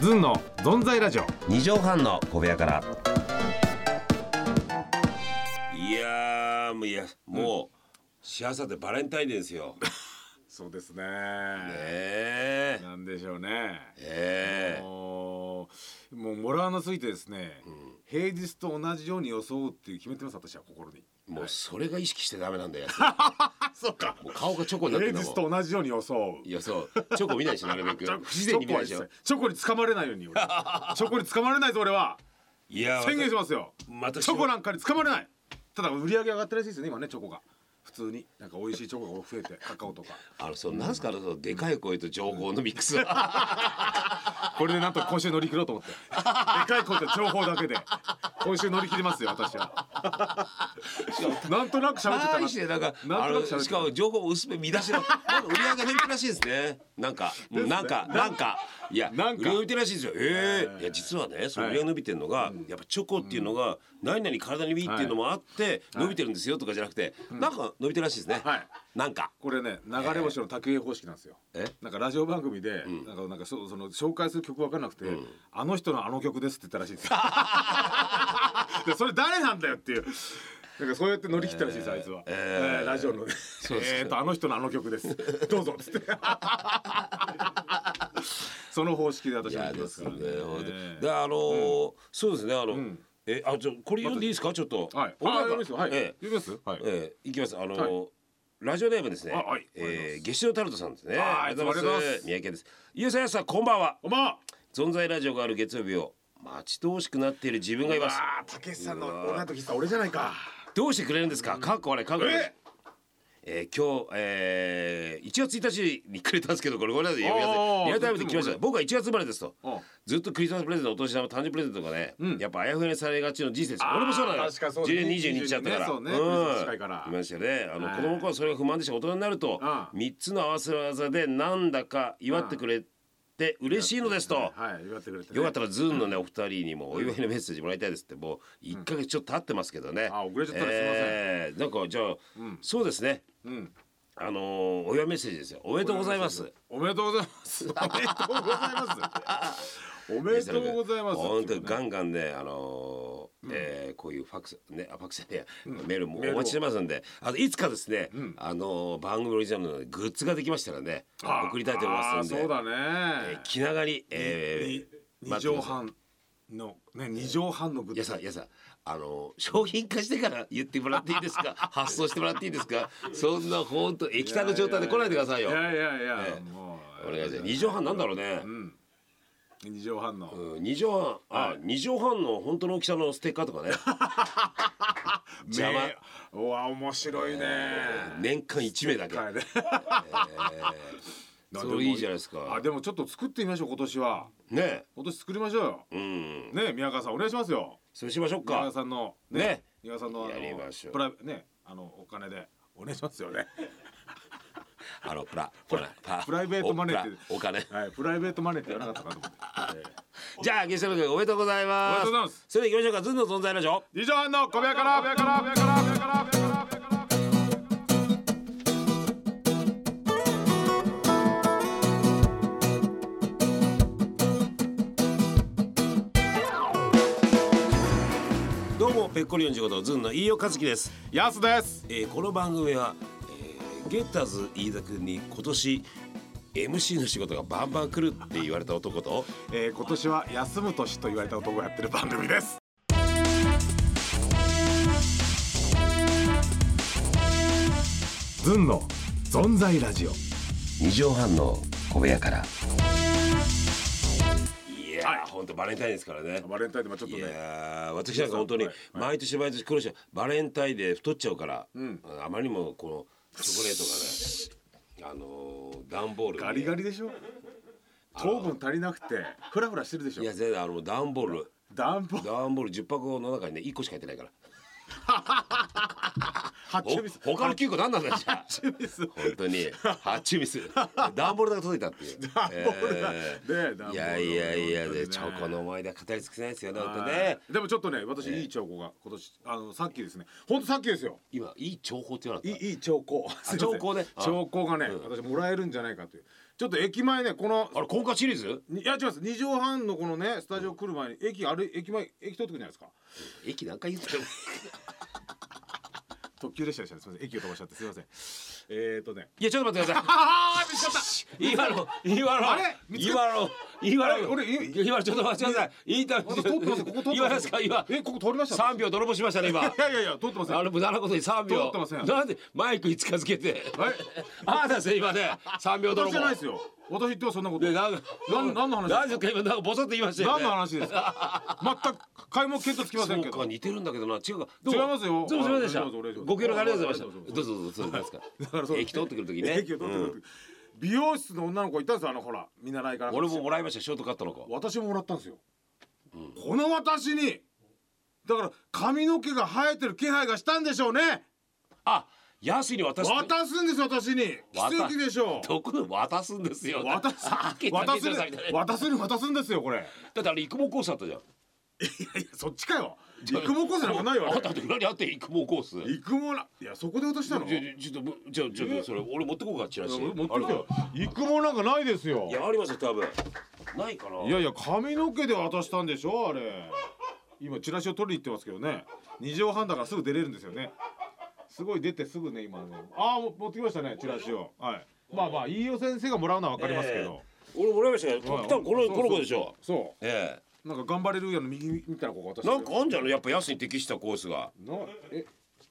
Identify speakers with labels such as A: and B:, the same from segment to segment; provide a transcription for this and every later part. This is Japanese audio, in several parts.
A: ずんのぞんざいラジオ
B: 二畳半の小部屋から。
C: いやーもういやもう幸せでバレンタインデーですよ。ね
A: そうですね
C: え
A: なんでしょうね
C: ええ
A: もうもうモラハラついてですね、平日と同じように装うっていう決めてます私は心に
C: もうそれが意識してダメなん だよ。
A: あそうか
C: もう顔がチョコになって
A: 平
C: るの
A: 日
C: も
A: と同じように装
C: ん。いやそうチョコ見ないでしょなる べく
A: う
C: 不自然に見ないでし
A: チョコ
C: ょ
A: は。一切チョコに掴まれないように俺 チョコに掴まれないぞ俺はい
C: や
A: 宣言しますよ
C: また
A: チョコなんかに掴まれないただ売り上げ上がったらしいですよね今ねチョコが普通になんか美味しいチョコが増えてカカオとか
C: あのそうなんすかあのそうでかい声と情報のミックス。
A: これでなんとか今週乗り切ろうと思ってでかい声と情報だけで今週乗り切りますよ私はなんとなく喋ってた
C: 大
A: な
C: してなんか
A: な
C: あ
A: んとな
C: の
A: く喋って
C: したかも情報薄め見出しのなんか売り上げ減ったらしいですね。なんか
A: ね
C: なんかなんかいや
A: なんか
C: 売り上げ減ってらしいですよ。え
A: え
C: え
A: え
C: いや実はねその売り上げ伸びてるのがやっぱチョコっていうのが何々体にいいっていうのもあって伸びてるんですよとかじゃなくてなんか伸びてるらしいですね
A: はい。
C: なんか
A: これね流れ星の卓球方式なんですよ、
C: え
A: なんかラジオ番組で、なんかなんかそその紹介する曲分からなくて、あの人のあの曲ですって言ったらしいんですよでそれ誰なんだよっていうなんかそうやって乗り切ったらしいです、あいつは、え
C: え
A: ーラジオのね
C: うですか
A: えーとあの人のあの曲ですどうぞっつってその方式で
C: い
A: 私は
C: や
A: やって
C: で
A: ますすか
C: ね
A: らね
C: ほんと
A: え
C: であのーそうですねあの
A: ん
C: えあちょこれ読んでいいですかちょっと
A: ーはい、
C: 俺
A: あ
C: なんか
A: 読みますよはい、
C: ええ
A: 読みますはい、
C: えー、いきます。あのー
A: はい
C: ラジオネームですね。
A: あはい
C: えー、下塩タルトさんですね。
A: あーいつもありがとうございます
C: 三宅です。ゆうさやさん、こんばんは。
A: おまあ
C: 存在ラジオがある月曜日を待ち遠しくなっている自分がいます。
A: あたけしさんの俺の時さ俺じゃないか
C: どうしてくれるんですか。かっこあれ、かっこあれ
A: え。
C: えー、今日、えー、1月1日にくれたんですけどこれごめんなさい読みませ
A: あー
C: んリアルタイムで来まし
A: い
C: た
A: つ
C: 僕は1月生まれですと
A: うん
C: ずっとクリスマスプレゼントお年玉誕生日プレゼントとかね、
A: うん
C: やっぱあやふやにされがちの人生です
A: あー
C: 俺もそうなのよ
A: 確かそう
C: 10年22日だったから
A: そうねクリスマス近いから
C: いましたよねあの
A: はい
C: 子供の頃はそれが不満でした大人になると
A: うん
C: 3つの合わせ技でなんだか祝ってくれて嬉しいのですと、
A: はい祝ってくれてね
C: よかったらズーンのねお二人にもお祝いのメッセージもらいたいですってもう一ヶ月ちょっと経ってますけどね、
A: あ遅れちゃったねすいません
C: えーなんかじゃあ、
A: ん
C: そうですね
A: うん
C: あのーお祝いメッセージですよおめでとうございます
A: おめでとうござい ます。おめでとうございます。おめでとうございます。
C: 本当にガンガンね、あのーえーこういうファックスね、あファックスね、メールもお
A: メールを
C: 待ちしてますんで、あといつかですね、
A: ん
C: あのー番組オリジナルのグッズができましたらね、送りたいと思います
A: あー
C: んで
A: そう、だね
C: えー。気長に、
A: に
C: えー、
A: 二畳半のね二畳半のグッ
C: いや
A: ズ。
C: さいやさあの商品化してから言ってもらっていいです か発送してもらっていいですかそんな本当液体の状態で来ないでください
A: い
C: よ
A: やいやい
C: え
A: や
C: え
A: もう
C: お願いします二畳半なんだろうね
A: う、ん二畳半の
C: うん、二畳半あ二畳半の本当の大きさのステッカ ーとかね邪魔
A: ねうわ面白いね。
C: 年間一名だけ、
A: はいね
C: それいいじゃないですか
A: あでもちょっと作ってみましょう今年は
C: ね
A: 今年作りましょうよ。
C: えうん
A: ね宮川さんお願いしますよ。
C: そうしましょう
A: 宮
C: か
A: 川さんの
C: ね
A: 宮川さんのあの
C: やりましょう
A: プライねあのお金でお願いしますよね。
C: あのプラプラパ
A: プライベートマネーって
C: おプラお金
A: はいプライベートマネーってやらなかったかと思って。えー
C: じゃあゲストの君おめでとうございます
A: おめでとうございます
C: それでは行きましょうかずんの存在ラジオ
A: 以上安の小部屋から小部屋から小部屋から小部屋から小部屋から
C: どうもペッコリ45とずんの飯尾和樹です
A: ヤスです。
C: えーこの番組は、えーゲッターズ飯田君に今年 MC の仕事がバンバン来るって言われた男と
A: えー今年は休む年と言われた男がやってる番組です。ズンの存在ラジオ。
C: 2畳半の小部屋からいやー、ほんとバレンタインですからね
A: バレンタインでもちょっ
C: い
A: と
C: や
A: ね。
C: ー私なんか本当に
A: はいはい
C: 毎年毎年苦労してバレンタインで太っちゃうから、
A: ん
C: あまりにもこのチョコレート がねあのー段ボールにね
A: ガリガリでしょ。糖分足りなくてフラフラしてるでしょ
C: い。や全然あの段ボール
A: 暖房
C: 段ボール10箱の中にね1個しか入ってないから
A: 発
C: ほ
A: 注ミス。
C: 他の9個何なんだよじ ゃあ
A: 発注ミス。
C: 本当に発注ミスダンボールだけ届い たっていう
A: ダンボールだ
C: え
A: ねダンボール
C: ーいやいやいや
A: 本当に
C: で
A: ね
C: チョコの思い出語り尽くせないですよね本当
A: は
C: ね
A: いでもちょっとね私いい兆候が今年あのさっきですねほんとさっきですよ
C: 今いい情報って言われ
A: い
C: た
A: いいい兆候
C: 兆候ねあ
A: 兆候がね
C: うん
A: 私もらえるんじゃないかというちょっと駅前ねこの
C: あれ高架シリーズ
A: いや違います2畳半のこのねスタジオ来る前に駅あれ駅前駅通ってくるじゃないですか
C: 駅何回言ったよ
A: 特急列車でしたねすみません駅を飛ばしちゃってすみませんえーと ね
C: いやちょっと待ってください
A: ああ見つかっ
C: 今の今の
A: あれ見つ
C: 今の今
A: あれ
C: の
A: 俺い
C: 今のちょっと待ってくださいインタビュ
A: 私通ってますここ通ってます
C: 今ですか今
A: えここ通りました
C: 三秒泥棒しました ね今
A: いやいやいや通ってません
C: あの無駄なことに三
A: 通
C: 秒
A: ってません
C: なんでマイクに近づけて
A: はい
C: ああだせ今ね三秒泥
A: 私
C: 棒
A: じゃないですよ私言ってはそんなこと
C: でなんか
A: なん何の話
C: 何ですか今なんかボソッと言いましたよ
A: 何
C: ね
A: の話ですか全く買い物見当つきませんけ
C: そう
A: ど
C: か似てるんだけどな違うか
A: 違いますよ
C: どうもすいませんでし
A: あお願いしたます
C: ご協力ありがとうござい
A: お願いしま
C: まし
A: す
C: たどうぞどうぞどうぞどうぞどう
A: から
C: ぞ
A: そう
C: 駅通ってくる時ね
A: 駅を通ってくる美容室の女の子がいたんですよあのほら見習いか
C: う
A: ら
C: ん俺ももらいましたショートカットの子
A: 私ももらったんですよ、この私にだから髪の毛が生えてる気配がしたんでしょうね
C: あ安いに渡す
A: 渡すんですよ私に
C: 渡
A: 奇跡でしょう
C: どこで渡すんですよ
A: 渡す
C: 開けてあ
A: 渡
C: げ
A: す
C: てく
A: に
C: ださいみたいな
A: 渡すに渡すんですよこれいや
C: だってあれ育毛コースだったじゃん
A: いやそっちかよ育毛コースなんかないよあ
C: あ
A: れ
C: ったって裏にあって育毛コース
A: 育毛ないやそこで渡したの
C: ちょちょっとぶちょちょちょそれ俺持ってこうかチラシ
A: いや持ってき
C: あ
A: て
C: る
A: よ育毛なんかないですよ
C: いやありますよ多分ないかない
A: やいや髪の毛で渡したんでしょあれ今チラシを取りに行ってますけどね2畳半だからすぐ出れるんですよねすごい出てすぐね今あのあーも持ってきましたねチラシをはいまあまあ飯尾先生がもらうのは分かりますけど、
C: 俺もらいましたけど
A: はい
C: 多分この
A: そうそう
C: この子でしょ
A: そ
C: え
A: うなんか頑張れるやの右みたいな子が渡して
C: えなんかあんじゃないやっぱ安に適したコースが
A: なえ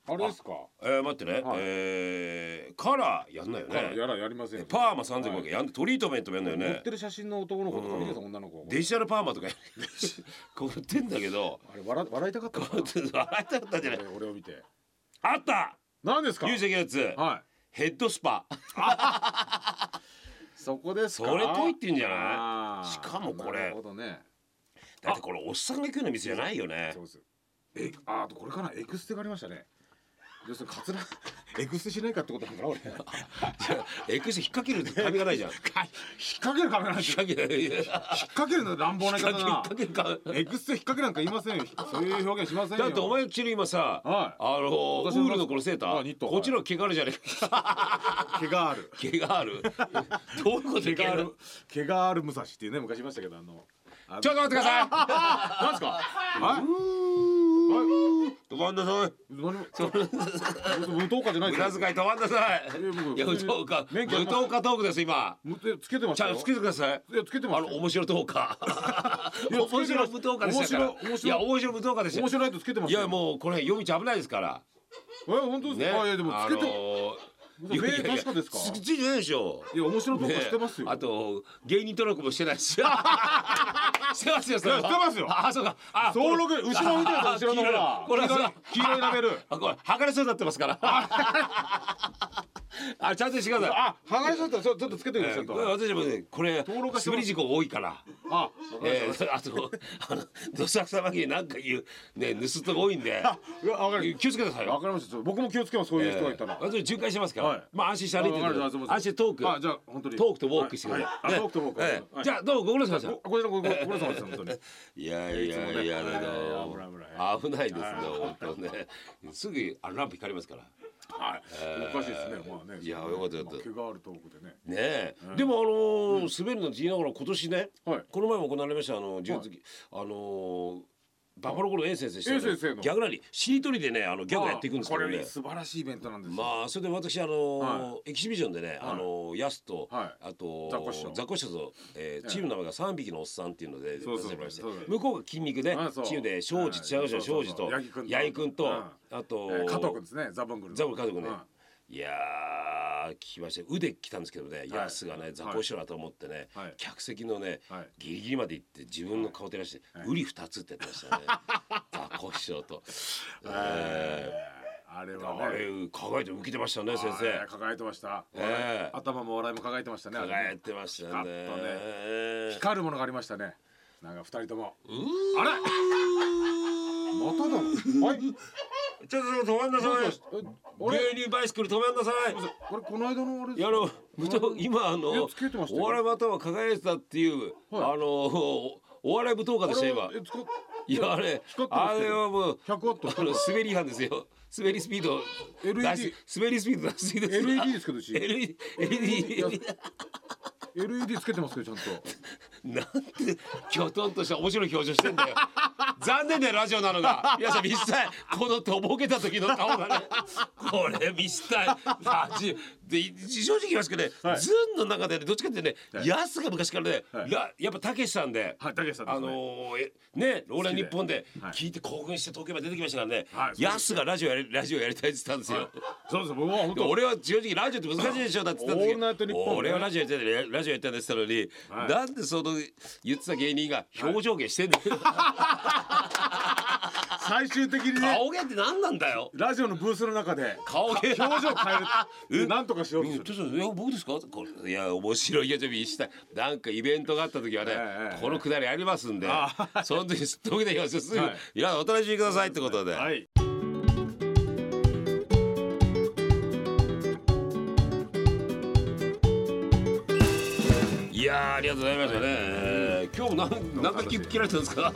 A: あれですか
C: えー、待ってね、
A: はい
C: えー、カラーやんないよね
A: やらやりませんよ
C: パーマ3500円、やんトリートメントもやんないよ
A: 持っ
C: ね
A: てる写真の男の子とか見てた女の子
C: デジタルパーマとかやん こう売ってんだけど
A: あれ笑笑いたかったのかな
C: 笑いたかったんじゃない
A: 俺俺を見て
C: あった
A: 何ですか
C: 流石のやつ
A: はい
C: ヘッドスパ
A: そこですか
C: それ来いってんじゃない
A: ない
C: しかもこれ
A: なるほどね
C: だってこれおっさんが行くような店じゃないよね
A: そうです。え、あ、あとこれかな、エクステがありましたね。要するにカツラ、 エクステしないかってことなのかな、俺。引っ
C: エクス引っ掛けるって髪がないじゃん引っ
A: 掛けるカメラなんて、引っ
C: 掛ける引っ
A: 掛けるの乱暴な言い方だ
C: 掛けるか
A: な。エクステ引っ掛けなんか言いませんよ。そういう表現しませんよ。
C: だってお前の着てる今さ、
A: はい
C: あのーウ
A: 私の
C: ールのこのセーター
A: あニット
C: こっちの毛があるじゃねえか
A: 毛がある。
C: 毛があるどういうこと毛
A: 毛が
C: が
A: あ
C: あ
A: る
C: る。
A: 毛がある武蔵っていうね、昔いましたけど、あの。あの
C: ちょっと待ってください
A: なんですか。は
C: 止まんなさい
A: い。何も。無糖化じゃない
C: 無
A: です
C: 駄
A: よ。
C: 遣い止まんなさい
A: いや僕
C: いや無糖化無
A: 免許あります
C: 糖化トークです今
A: 無えつけてまし
C: ち
A: た
C: ゃ
A: よ。
C: んつけてください
A: いやつけてま
C: あ
A: す
C: の
A: よ。
C: 面白トーカ
A: いや
C: ー面白無糖化でしたから
A: 面白面
C: い
A: 白
C: や面白無糖化でした
A: 面白いとつけてま
C: い
A: すよ。
C: やもうこれ夜道危ないですから
A: え本当で
C: ね
A: すか。あいやでもつけて。
C: あのー
A: いやいやいや確かですか
C: つついてないでしょ
A: いや面白いとこしてますよ。
C: あと芸人登録もしてないししてますよそれはい
A: やしてますよ
C: あそうかあ
A: 登録後ろ見てる
C: あ
A: 後ろのほら
C: 黄色いこれは
A: 黄色いラベル。
C: あこれ剥がれそうになってますからあちゃんとしてください
A: あ、剥がれそうだったらちょっとつけてくだ
C: え
A: さい
C: ー
A: と
C: これ。私もねこれ
A: 登録はしてます
C: 滑り事故多いから
A: あ、
C: え ー、あとあのどさくさまきに何か言うね盗人が多いんで
A: うわわかり
C: 気をつけてくださいよ
A: わかりました。僕も気をつけますそういう人がいたら。
C: えー私巡回してますから、
A: はい
C: まあ安心して歩いて
A: あわかりましたすいません
C: 安心してトーク
A: あじゃあ本当に
C: トークとウォークしてください、
A: はいはいあトークとウォーク
C: え
A: はい
C: じゃあどうもご苦労様でし
A: ごごめんなさいごめんごめんなさい本当に。
C: たいやい
A: いつも
C: や
A: ね
C: いやだ
A: いやいや
C: の危ないですね本当ねすぐあのランプ光りますから
A: はい。おかしいですね。まあね。
C: いやよかったよか
A: ま
C: った
A: あ毛があるトークでね。
C: ねえ、でもあのー滑るのって言いながら今年ね、
A: はい
C: この前も行われましたあの十月、あのーバファローゴの A 先生して、ね、
A: A 先生の
C: ギャグラリーしりとりでねあのギャグやっていくんですけど
A: まあこ
C: ね
A: れ素晴らしいイベントなんですよ。
C: まあそれで私あのーエキシビジョンでね、あのーヤスと、
A: は
C: あと
A: ザコシショウ
C: ザコシショウと、えーチームの名前が三匹のおっさんっていうので
A: そうそう
C: 出させてもらいまして
A: そうそう
C: 向こうが筋肉で、
A: あそう
C: チームで庄司
A: はい
C: 千葉庄司
A: そう
C: 庄
A: そう
C: 司
A: そう
C: と
A: 八木君と
C: 八木君と、
A: うん
C: あと、
A: えー加藤君ですね。ザボングルの。
C: ザボングル加藤君ね
A: うん
C: いやー聞きましたよ腕来たんですけどね、ヤスがねザコシショウだと思ってね、
A: はい
C: 客席のね、
A: はい
C: ギリギリまで行って自分の顔照らして、
A: はい
C: ウリ二つってやってました ねザコシショウと、え
A: あれ
C: ー
A: は
C: あ
A: ね
C: れ。輝いて受けてましたね先
A: あれ
C: 生
A: 輝いてました、
C: ええ
A: 頭も笑いも輝いてましたねあれね
C: 輝いてましたね
A: 光った光るものがありましたねなんか二人ともあれ まただはい
C: ちょっと止まんなさ
A: どう
C: い
A: しましたえあれ
C: 牛乳バイスクル止めんなさい
A: これこの間のあれです
C: いや
A: か
C: あ の部長今あの
A: いやつけてましたよ
C: お笑いまたは輝いてたっていう、
A: はい
C: あのおお笑い舞踏家でした今
A: あれえ使っ
C: いやあれ
A: 光ってます
C: あ
A: けど
C: れはもう
A: 100ワット
C: あの滑り違反ですよ滑りスピード
A: LED
C: 出し滑りスピード出しすぎです
A: LED ですけどうち
C: LED, LED
A: や LED つけてますけどちゃんと
C: なんてきょとんとした面白い表情してん だよ残念だよラジオなのが皆さん見したいこのとぼけた時の顔がねこれ見したいラジオでい正直言いますけどね、
A: はい
C: ズンの中でねどっちかっていうとね、
A: はい
C: ヤスが昔からね、
A: はい
C: ラやっぱたけしさんで、
A: はいたけしさんで
C: あ
A: すね
C: のーえねオーラン日本で
A: はい
C: 聞いて興奮して東京まで出てきましたからね、
A: はい
C: ヤスがラジオやりラジオやりたいって言ってたんですよ、
A: そうです僕は本
C: でも
A: 当
C: 俺は正直ラジオって難しいでしょだって言ったんで
A: オ
C: すけど
A: ールナイトニッポンね
C: 俺はラジオやってたねラジオやってたんですって言ったのに、
A: はい
C: なんでその言ってた芸人が表情芸してんだよ、
A: 最終的にね
C: 顔芸って何なんだよ
A: ラジオのブースの中で
C: 顔芸
A: 表情変える
C: え
A: なんとかしようと
C: う
A: す
C: ん
A: る
C: ちょっといや僕ですかこれいや面白いや準備したいなんかイベントがあった時はね、
A: ええええ
C: このくだりありますんで
A: あ
C: その時すっときで言いますよすぐ、
A: はい
C: い、やお楽しみくださいってことで、
A: はい
C: い、やーありがとうございましたね、えー今日も何何回切切られたんですか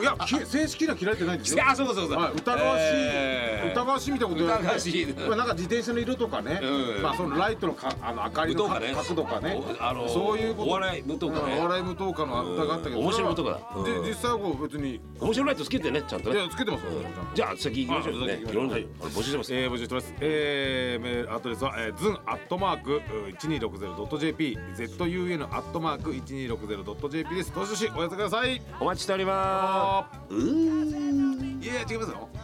A: いやき正式には嫌いってないんですよ
C: あそうかそうか、
A: はい疑わしい疑わしいみたいなこと言われ
C: 疑わ
A: て
C: しい
A: まあなんか自転車の色とかね、
C: うん
A: まあそのライトのかあの明かり
C: 無党
A: の
C: 化
A: か
C: ね
A: 角度かね
C: お、あの
A: そういうこと
C: お笑い無党化
A: う
C: ね、
A: んお笑い無党化のあったがあったけど、
C: うん面白い無
A: それは
C: 党化だうん
A: で実際はこう別に
C: 面白いライトつけてねちゃんと
A: いや
C: ね
A: つけてますよ、
C: じゃあ先行きましょう
A: あ
C: ね
A: 先行
C: い
A: きましょ
C: ろ
A: うん
C: な
A: はい
C: あの募集してます
A: えー、募集してます。えー、メールアドレスは、えー、ズンアットマーク一二六ゼロドット jp、z u n アットマーク一二六ゼロドット jp です。どしどしお寄せください。
C: お待ちしております
A: いや違いますよ。